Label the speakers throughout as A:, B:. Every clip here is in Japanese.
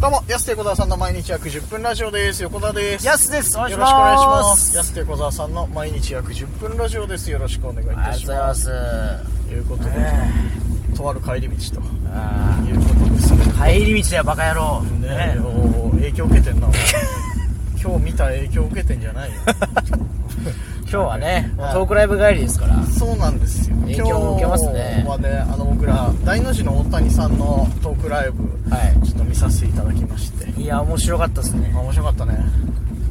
A: どうも、安手小沢さんの毎日約10分ラジオです。横田です。
B: やすです。お
A: よ
B: 願
A: ろ
B: い
A: し
B: し
A: くお
B: ます。
A: 願いします。安手小沢さんの毎日約10分ラジオです。よろしくお願いい
B: あ
A: た
B: り
A: し
B: がとうございま
A: ますす。。ということで、
B: ね
A: とある帰り道
B: えあ
A: ということですね。
B: ー帰り道だよ、バカ野郎。
A: ね
B: ね
A: え、おー影響受けて んな。今日見た影響受けてんじゃないよ。
B: 今日はね、
A: はい
B: トークライブ帰りですから。
A: そうなんですよ。
B: 影響を受けますね
A: 今日はね、あの僕ら大の字の大谷さんのトークライブ、
B: は
A: ちょっと見させていただきまして。
B: い。いや、面白かったですね
A: あ。面白かったね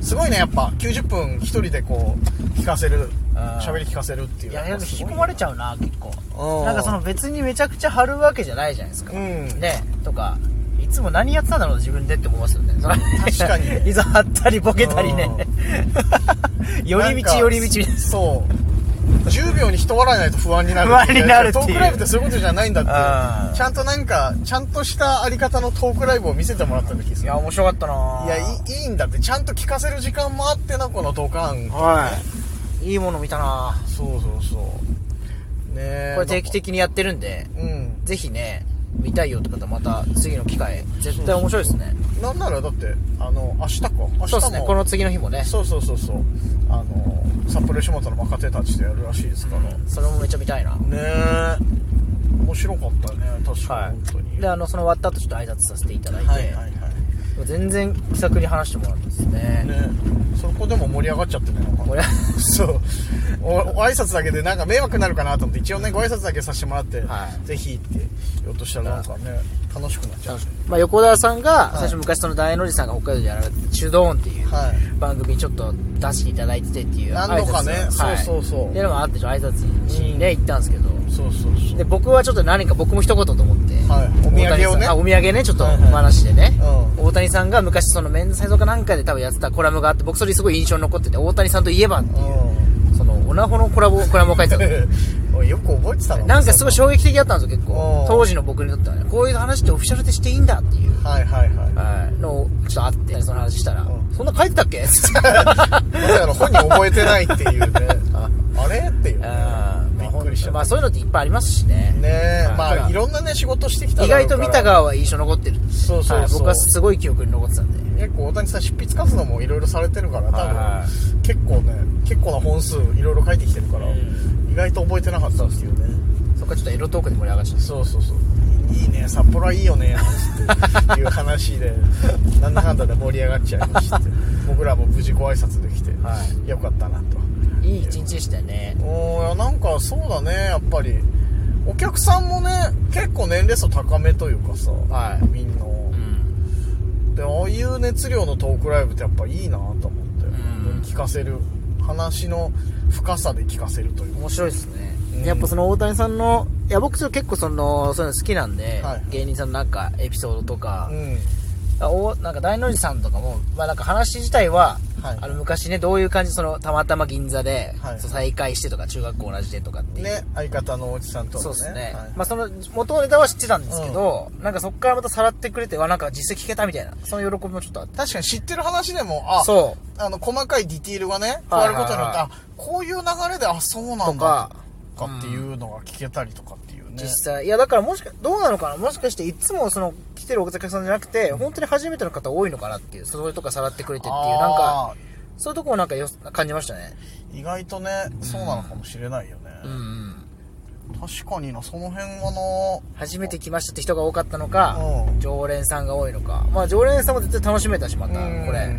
A: すごいねやっぱ90分一人でこう聞かせる
B: あー
A: 喋り聞かせるっていう
B: いや、でも引き込まれちゃうな、結構
A: う。ん
B: なんかその別にめちゃくちゃ張るわけじゃないじゃないですか。
A: うん
B: ねとか、いつも何やってたんだろう、自分でって思いますよね。その
A: 確かにね
B: いざ張ったりボケたりね。 寄り道寄り道みたいな。
A: そう10秒に人笑えないと不安になるっていう
B: 不安になるっていう
A: トークライブってそういうことじゃないんだってい
B: あ
A: う
B: ー
A: ちゃんとなんかちゃんとしたあり方のトークライブを見せてもらった時い
B: いや、面白かったないい
A: やいいいいんだってちゃんと聞かせる時間もあってなこのドカン
B: はい。いいもの見たな
A: そうそうそうねえ
B: これ定期的にやってるんで、
A: うん
B: ぜひね、見たいよって方、また次の機会、絶対面白いですね。
A: なんならだってあの明日か明日
B: そ
A: も
B: うですね、この次の日もね、
A: そうそうそうそうあの札幌吉本の若手たちでやるらしいですからね
B: それもめっちゃ見たいな。
A: え面白かったね確かに、本当に
B: で、あの、その終わった後ちょっと挨拶させていただいて、
A: はいはいはい
B: 全然気さくに話してもらったですね。
A: ねそこでも盛り上がっちゃってねなんか
B: これ、
A: そうおお挨拶だけでなんか迷惑になるかなと思って一応ねご挨拶だけさせてもらって、
B: はい
A: ぜひって言おうとしたらなんかね楽しくなっちゃう
B: まあ、横田さんが、
A: い
B: 最初昔その大の字さんが北海道でやられてた、チュドーンっていう
A: はい
B: 番組にちょっと出していただいててっていう挨拶
A: 何度かね
B: はい
A: そうそうそう
B: っていうのがあって、ちょっと挨拶しにね、行ったんですけど、
A: そうそうそう
B: で、僕はちょっと何か僕も一言と思って、
A: はいお土産をね
B: 大谷さんあお土産ね、ちょっとお
A: はいはい
B: 話でね、
A: う
B: 大谷さんが昔そのメンズサイドかなんかで多分やってたコラムがあって、僕それすごい印象に残ってて、大谷さんといえば、
A: う
B: その、オナホのコラボ、コラムを書いてたんですよ
A: ん おいよく覚えてたの
B: なんかすごい
A: そ
B: 衝撃的だったんですよ、結構
A: お。う
B: 当時の僕にとってはね、こういう話ってオフィシャルでしていいんだっていう。
A: のはいはいはい
B: はい、のをちょっとあってその話したら
A: う
B: 「そんな書いてたっ け?」
A: まさかの本人覚えてないっていう ねあれっていうね
B: うん
A: びっくりしちゃった
B: まあそういうのっていっぱいありますしね
A: ねえま
B: は
A: あ
B: い
A: いろんなね仕事してきた
B: 意
A: だろうか
B: 外と
A: ら
B: 見た側は印象残ってる
A: そうそうそう
B: はい僕はすごい記憶に残ってたんで
A: 結構大谷さん執筆活動もいろいろされてるから多
B: はいは
A: 分結構ね結構な本数いろいろ書いてきてるから
B: うん
A: 意外と覚えてなかったっていうね
B: そっからちょっとエロトークで盛り上がっちゃっ
A: そうそうそういいね札幌はいいよねっていう話 でなんだかんだで盛り上がっちゃいまして僕らも無事ご挨拶できて
B: は
A: よかったなと
B: たいい一日でしたよね
A: おーいやなんかそうだねやっぱりお客さんもね結構年齢層高めというかさ、
B: はい
A: みんな
B: うん
A: でああいう熱量のトークライブってやっぱいいなと思って、
B: ん
A: 聞かせる話の深さで聞かせるというか
B: 面白いですね
A: うん
B: やっぱその大谷さんのいや僕ちょっと結構そのそういうの好きなんで
A: はい
B: 芸人さんのなんかエピソードとか
A: うん
B: あおなんか大の字さんとかも、まあ、なんか話自体は、
A: はい
B: あの昔ねどういう感じそのたまたま銀座で、
A: はい
B: そう再会してとか中学校同じでとかっていう、
A: ね相方のおじさんと
B: そう
A: の
B: ですね
A: はい
B: まあその元のネタは知ってたんですけど、なんかそっからまたさらってくれてわなんか実際聞けたみたいなその喜びもちょっとあって
A: 確かに知ってる話でもあ
B: そ
A: あの細かいディティールがね変
B: は
A: わ
B: いはいはい
A: ることによって、あこういう流れであそうな
B: と
A: んだ
B: か
A: とかっていうのが聞けたりとかっていうね、
B: 実際いやだからもしかどうなのかなもしかしていつもその来てるお客さんじゃなくて本当に初めての方多いのかなっていうそれとかさらってくれてっていうなんか
A: あー
B: そういうとこをなんかよ感じましたね
A: 意外とねそうなのかもしれないよね、
B: うん、うん
A: 確かになその辺は
B: 初めて来ましたって人が多かったのか、
A: うん
B: 常連さんが多いのかまあ常連さんも絶対楽しめたしまた
A: なうん
B: これ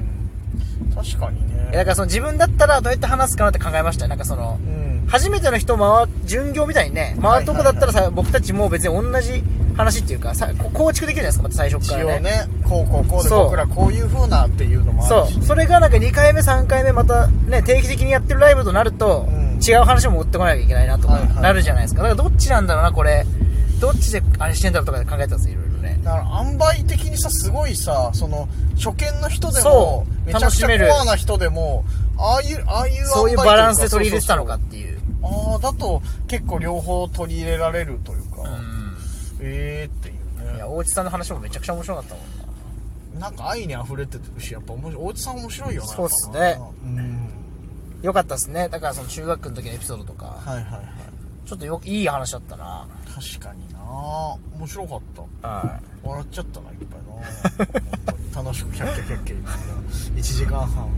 A: 確かに
B: いやだ
A: ね
B: からその自分だったらどうやって話すかなって考えましたよなんかその
A: うん
B: 初めての人回巡業みたいにね回るとこだったらさ、僕たちもう別に同じ話っていうかさこ構築できるじゃないですかまた最初
A: 一
B: から
A: 応
B: ね
A: ねこうこうこうで
B: そう
A: 僕らこういう風なっていうのもあ
B: そ
A: るし
B: うそれがなんか2回目3回目またね定期的にやってるライブとなると、
A: うん
B: 違う話も持ってこなきゃいけないなとか
A: はいはい
B: なるじゃないですか、だからどっちなんだろうなこれどっちであれしてんだろうとかで考えてたんですよいろいろね
A: だから塩梅的にさすごいさその初見の人でも
B: そう
A: めちゃくちゃ
B: 楽しめる
A: コアな人でもああいうああいう塩梅
B: そういうバランスで取り入れてたの
A: とい
B: か
A: う
B: ってい
A: そ
B: う
A: うそうそうああだと結構両方取り入れられるというか、ええっていう
B: い
A: ね
B: や大内さんの話もめちゃくちゃ面白かったもんな
A: なんか愛に溢れてるしやっぱ面白い大地さん面白いよな
B: そうっすね
A: やぱなうん
B: よかったですねだからその中学の時のエピソードとか
A: はいはいはい
B: ちょっとよいい話だったな
A: 確かにな面白かった
B: は
A: 笑っちゃったないっぱいな楽しくキャッキャキャッキャ言って1時間半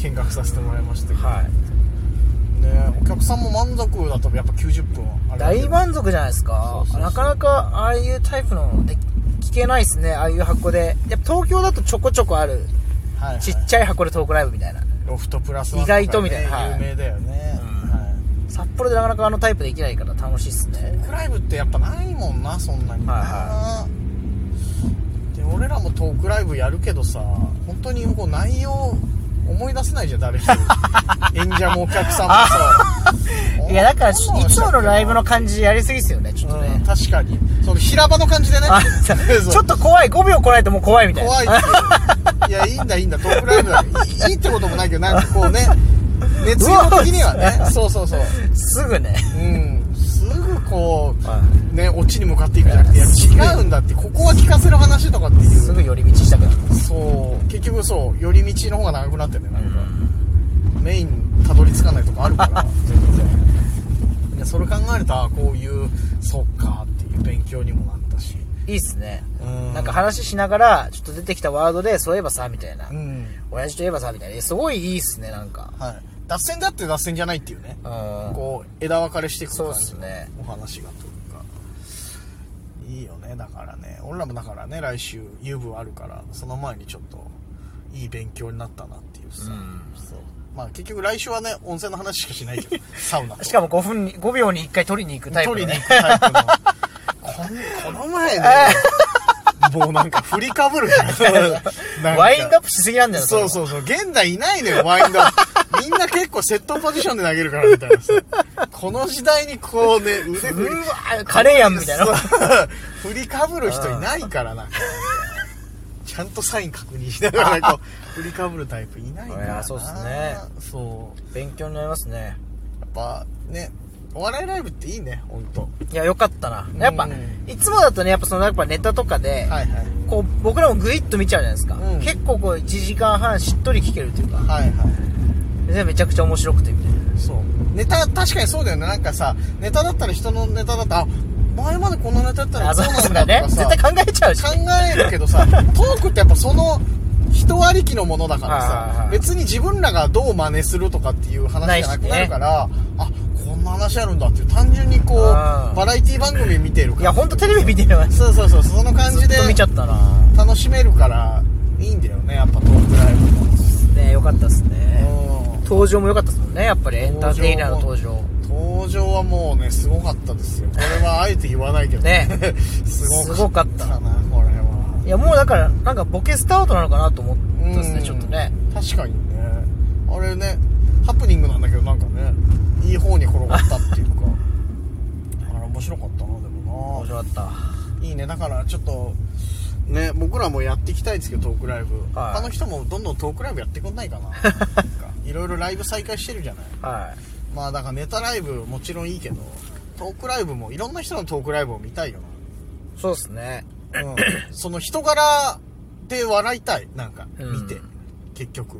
A: 見学させてもらいましたけど、
B: はい
A: ねお客さんも満足だったらやっぱ90分はあれだけど
B: 大満足じゃないです
A: そ
B: か
A: うそうそう
B: なかなかああいうタイプので聞けないですねああいう箱でやっぱ東京だとちょこちょこある
A: はいはい
B: ちっちゃい箱でトークライブみたいな
A: ロフトプラスワン
B: 意外とみたいな
A: かね
B: はい
A: 有名だよね、
B: うん
A: はい
B: 札幌でなかなかあのタイプできないから楽しいっすね
A: クライブってやっぱないもんなそんなにな、
B: はい
A: で俺らもトークライブやるけどさ本当にこう内容思い出せないじゃん誰一人 演者もお客さんもさ
B: いやだからいつ
A: そんなした
B: も
A: っけ
B: のライブの感じやりすぎっすよねちょっと
A: うん
B: ね、
A: 確かにその平場の感じでね
B: あ
A: そう
B: ちょっと怖い5秒来ないともう怖いみたいな
A: 怖いっていういやいいんだいいんだトークライブだいいいいってこともないけどなんかこうね熱量的には
B: うわ
A: ねそうそうそう
B: すぐね
A: うんすぐこう、
B: は
A: ねオチに向かっていくじゃなくていや違うんだってここは聞かせる話とかってい
B: す
A: う
B: ぐ寄り道したくなる
A: そう結局そう寄り道の方が長くなってんだよなんかメインたどり着かないとこあるから 全然いやそれ考えるとあこういうそっかっていう勉強にもなったし
B: いいっすね
A: うん
B: なんか話しながらちょっと出てきたワードでそういえばさみたいな
A: うん
B: 親父といえばさみたいなすごいいいっすねなんか
A: はい脱線だって脱線じゃないっていうね
B: うん
A: こう枝分かれしていく感じ
B: そうっす
A: の
B: ね
A: お話がというかいいよねだからね俺らもだからね来週遊舞あるからその前にちょっといい勉強になったなっていうさ、
B: うん
A: そうまあ結局来週はね温泉の話しかしない けどサウナと
B: しかも5分に5秒に1回取りに行くタイプの
A: 取りに行
B: ね
A: くタイプのこんこの前ねもうなんか振りかぶる から
B: ワインドアッ
A: プ
B: プしすぎなんだよ
A: そう
B: う
A: そうそう現代いないのよワインドアップみんな結構セットポジションで投げるからみたいなさこの時代にこうね腕振
B: う
A: り
B: わカレーやんみたいな
A: そう振りかぶる人いないからなちゃんとサイン確認しながらこう振りかぶるタイプいないから
B: い
A: な
B: やそうっすね
A: そう
B: 勉強になりますね
A: やっぱねお笑いライブっていいね本当
B: いやよかったなやっぱ
A: うん
B: いつもだとねやっぱそのやっぱネタとかで
A: はいはい
B: こう僕らもグイッと見ちゃうじゃないですか、
A: うん
B: 結構こう1時間半しっとり聞けるというか
A: はいはい
B: でめちゃくちゃ面白くてみたいな
A: そうネタ確かにそうだよねなんかさネタだったら人のネタだったらあ前までこのネタだったら
B: あそ
A: そう
B: う
A: なん
B: だ
A: だ
B: ね
A: とかさ
B: 絶対考えちゃうし
A: 考えるけど さトークってやっぱその人ありきのものだから
B: はいはいは
A: さ
B: い
A: 別に自分らがどう真似するとかっていう話じゃなくなるから、あこんな話あるんだっていう単純にこう
B: あー
A: バラエティ番組見てる
B: い
A: か
B: や
A: ら
B: ほんとテレビ見てるわず
A: そうそうそうその感じ
B: っ
A: で
B: と見ちゃったな
A: 楽しめるからいいんだよねやっぱトークライブも
B: ねよかったっすね
A: うん
B: 登場もよかったっすもんねやっぱりエンターテイナーの登場
A: 登場はもうねすごかったですよこれはあえて言わないけど
B: ね
A: す
B: すご
A: ご
B: か
A: か
B: っ
A: ったたなこれはい
B: やもうだからなんかボケスタートなのかなと思ったっす
A: う
B: ね
A: ん
B: ちょっとね
A: 確かにねあれねハプニングなんだけどなんかねいい方に転がったっていう かあれ面白かったなでも
B: 面
A: な
B: 白かっ
A: いいねだからちょっとね僕らもやっていきたいですけどトークライブ、
B: はい
A: 他の人もどんどんトークライブやってくんない かななんかいろいろライブ再開してるじゃない
B: たは
A: まあだからネタライブもちろんいいけどトークライブもいろんな人のトークライブを見たいよ
B: いそうっすね
A: な、 うん、その人柄で笑いたいなんか
B: うん
A: 見て、結局
B: い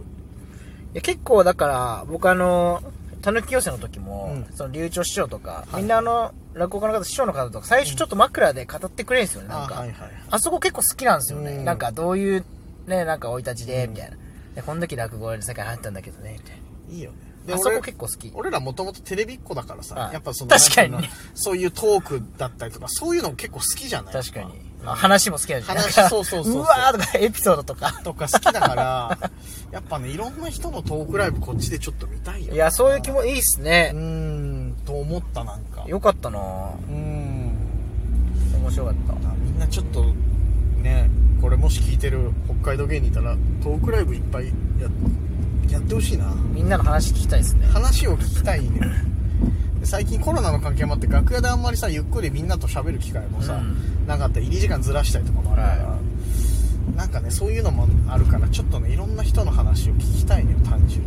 B: や結構だから僕あのたぬき寄せの時も、
A: うん
B: その流暢師匠とか、
A: はい
B: みんなあの落語家の方師匠の方とか最初ちょっと枕で語ってくれるんですよね、なんかあ,、
A: あはいはい
B: そこ結構好きなんですよね、
A: うん
B: なんかどういうねなんか生い立ちでみたいな、でこん時落語の世界入ったんだけどねみたい
A: いいよね
B: なあそこ結構好き
A: 俺らもともとテレビっ子だからさ、
B: はい
A: やっぱその
B: 確かにね
A: なんていうのそういうトークだったりとかそういうのも結構好きじゃない
B: 確かに、
A: うん
B: あ話も好きだし
A: 話
B: なんか
A: そうそうそうそう
B: わーとかエピソードとか
A: とか好きだから やっぱねいろんな人のトークライブこっちでちょっと見たいよ
B: いやそういう気
A: 持
B: もいいっす
A: う
B: ね、
A: ーんと思ったなんか
B: よかったなぁ
A: うーん
B: 面白かっ
A: あみんなちょっとねこれもし聞いてる北海道芸人いたらトークライブいっぱいややってほしいな
B: たみんなの話聞きたいですね
A: 話を聞きたいねで最近コロナの関係もあって楽屋であんまりさゆっくりみんなと喋る機会もさ、
B: う
A: なかった入り時間ずらしたりとかもあるから、
B: は
A: なんかねそういうのもあるからちょっとねいろんな人の話を聞きたいね単純に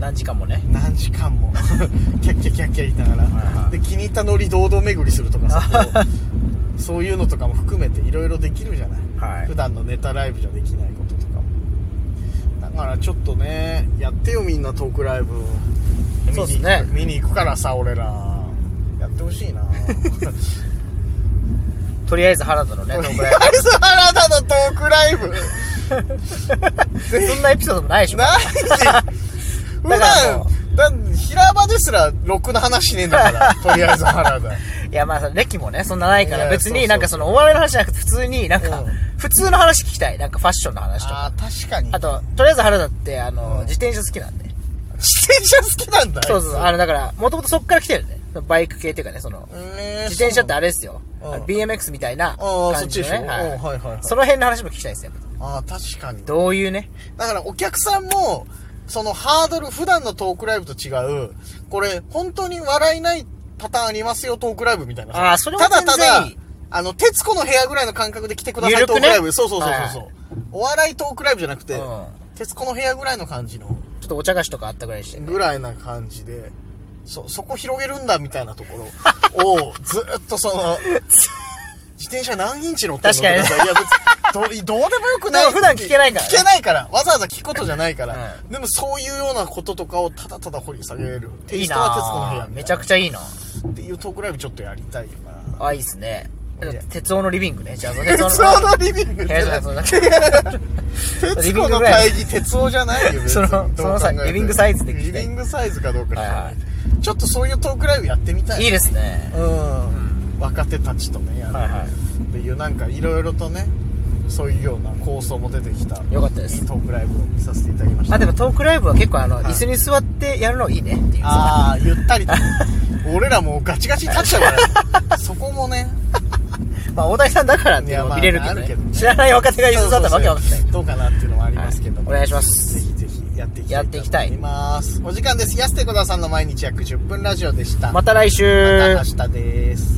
B: 何時間もね
A: 何時間も キャッキャキャッキャ言いながら、
B: はいはい
A: で気に入ったノリ堂々巡りするとか さこうそういうのとかも含めていろいろできるじゃない、
B: はい
A: 普段のネタライブじゃできないこととかもだからちょっとねやってよみんなトークライブ
B: そうっす
A: 見に行
B: ね
A: く見に行くからさ俺らやってほしいな
B: とりあえず原田のね
A: と
B: ト
A: り
B: ークライブ
A: あえず原田のト全部。
B: そんなエピソードもないでしょ
A: ないし、普段
B: だからも、
A: だ平場ですら、ろくな話しねえんだから、とりあえず原田。
B: いや、まあ、その歴もね、そんなないか
A: い
B: ら、
A: や
B: 別
A: そうそ
B: に
A: う
B: なんかその、お笑いの話じゃなくて、普通になんか
A: うん、
B: 普通の話聞きたい。なんかファッションの話とか。
A: ああ、確かに。
B: あと、とりあえず原田って、あの、
A: うん
B: 自転車好きなんで。
A: 自転車好きなんだ
B: そうそうそう。あの、だから、もともとそっから来てるね。そのバイク系っていうかね、その、自転車ってあれですよ。
A: うん
B: あの BMX みたいな
A: ああ、そっ
B: 感
A: ち
B: じ
A: で
B: の
A: し
B: ね
A: ょ。うん
B: は
A: はい
B: い
A: はいはい。
B: その辺の話も聞きたいですね。
A: ああ、確かに。
B: どういうね。
A: だからお客さんも、そのハードル、普段のトークライブと違う、これ、本当に笑いないパターンありますよ、トークライブみたいなさ。
B: あーそれも全然いい
A: ただただ、あの、徹子の部屋ぐらいの感覚で来てください、
B: ゆる
A: ト
B: く
A: ー
B: ね
A: クライブ。そうそうそうそうそう、お笑いトークライブじゃなくて、
B: うん
A: 徹子の部屋ぐらいの感じの、
B: ちょっとお茶菓子とかあったぐらいにして。
A: ぐらいな感じで、そ、そこ広げるんだみたいなところ を、ずーっとその、自転車何インチ乗ってるの
B: 確かに
A: とさいや別にど、どうでもよくな
B: で
A: い。
B: も普段聞けないからね
A: 聞けないから。わざわざ聞くことじゃないから。でもそういうようなこととかをただただ掘り下げる。
B: いい
A: 人は徹子の部
B: な
A: 屋
B: ぁ
A: み
B: めち
A: たい
B: ゃくちゃいいな
A: な。っていうトークライブちょっとやりたいよな。
B: あ、いいっすね
A: いいね。
B: 鉄夫のリビングね。じゃあ、その
A: 鉄夫のリビングっ
B: 部
A: て
B: 屋じゃ
A: な
B: ないい、その、
A: 徹子の会議、鉄夫じゃないよ、別に
B: そのそのさ
A: どう考えても
B: リビングサイズで聞き
A: リ
B: たい
A: ビングサイズかどうか知ら
B: は
A: ないいちょっとそういうトークライブやってみたい。
B: いいですね。
A: うん、若手たちとねやる、
B: はいはい
A: っていうなんかいろいろとねそういうような構想も出てきた
B: よかったです
A: いいトークライブを見させていただきました
B: あ、でもトークライブは結構あの、
A: い
B: 椅子に座ってやるのいいねっていう。
A: ああゆったりと俺らもうガチガチに立っちゃう からそこもね
B: まあ、大谷さんだからっていうのも見れる
A: いやまああ
B: け
A: るけ
B: ど
A: ど
B: ね。
A: ね
B: 知らない若手が椅子座ったらわけわかんない。
A: どうかなっていうのもありますけども、
B: はいお願いします
A: ぜひぜひやっていきたい
B: やっていきたい
A: と思ますお時間です安手小田さんの毎日約10分ラジオでした
B: また来週
A: また明日です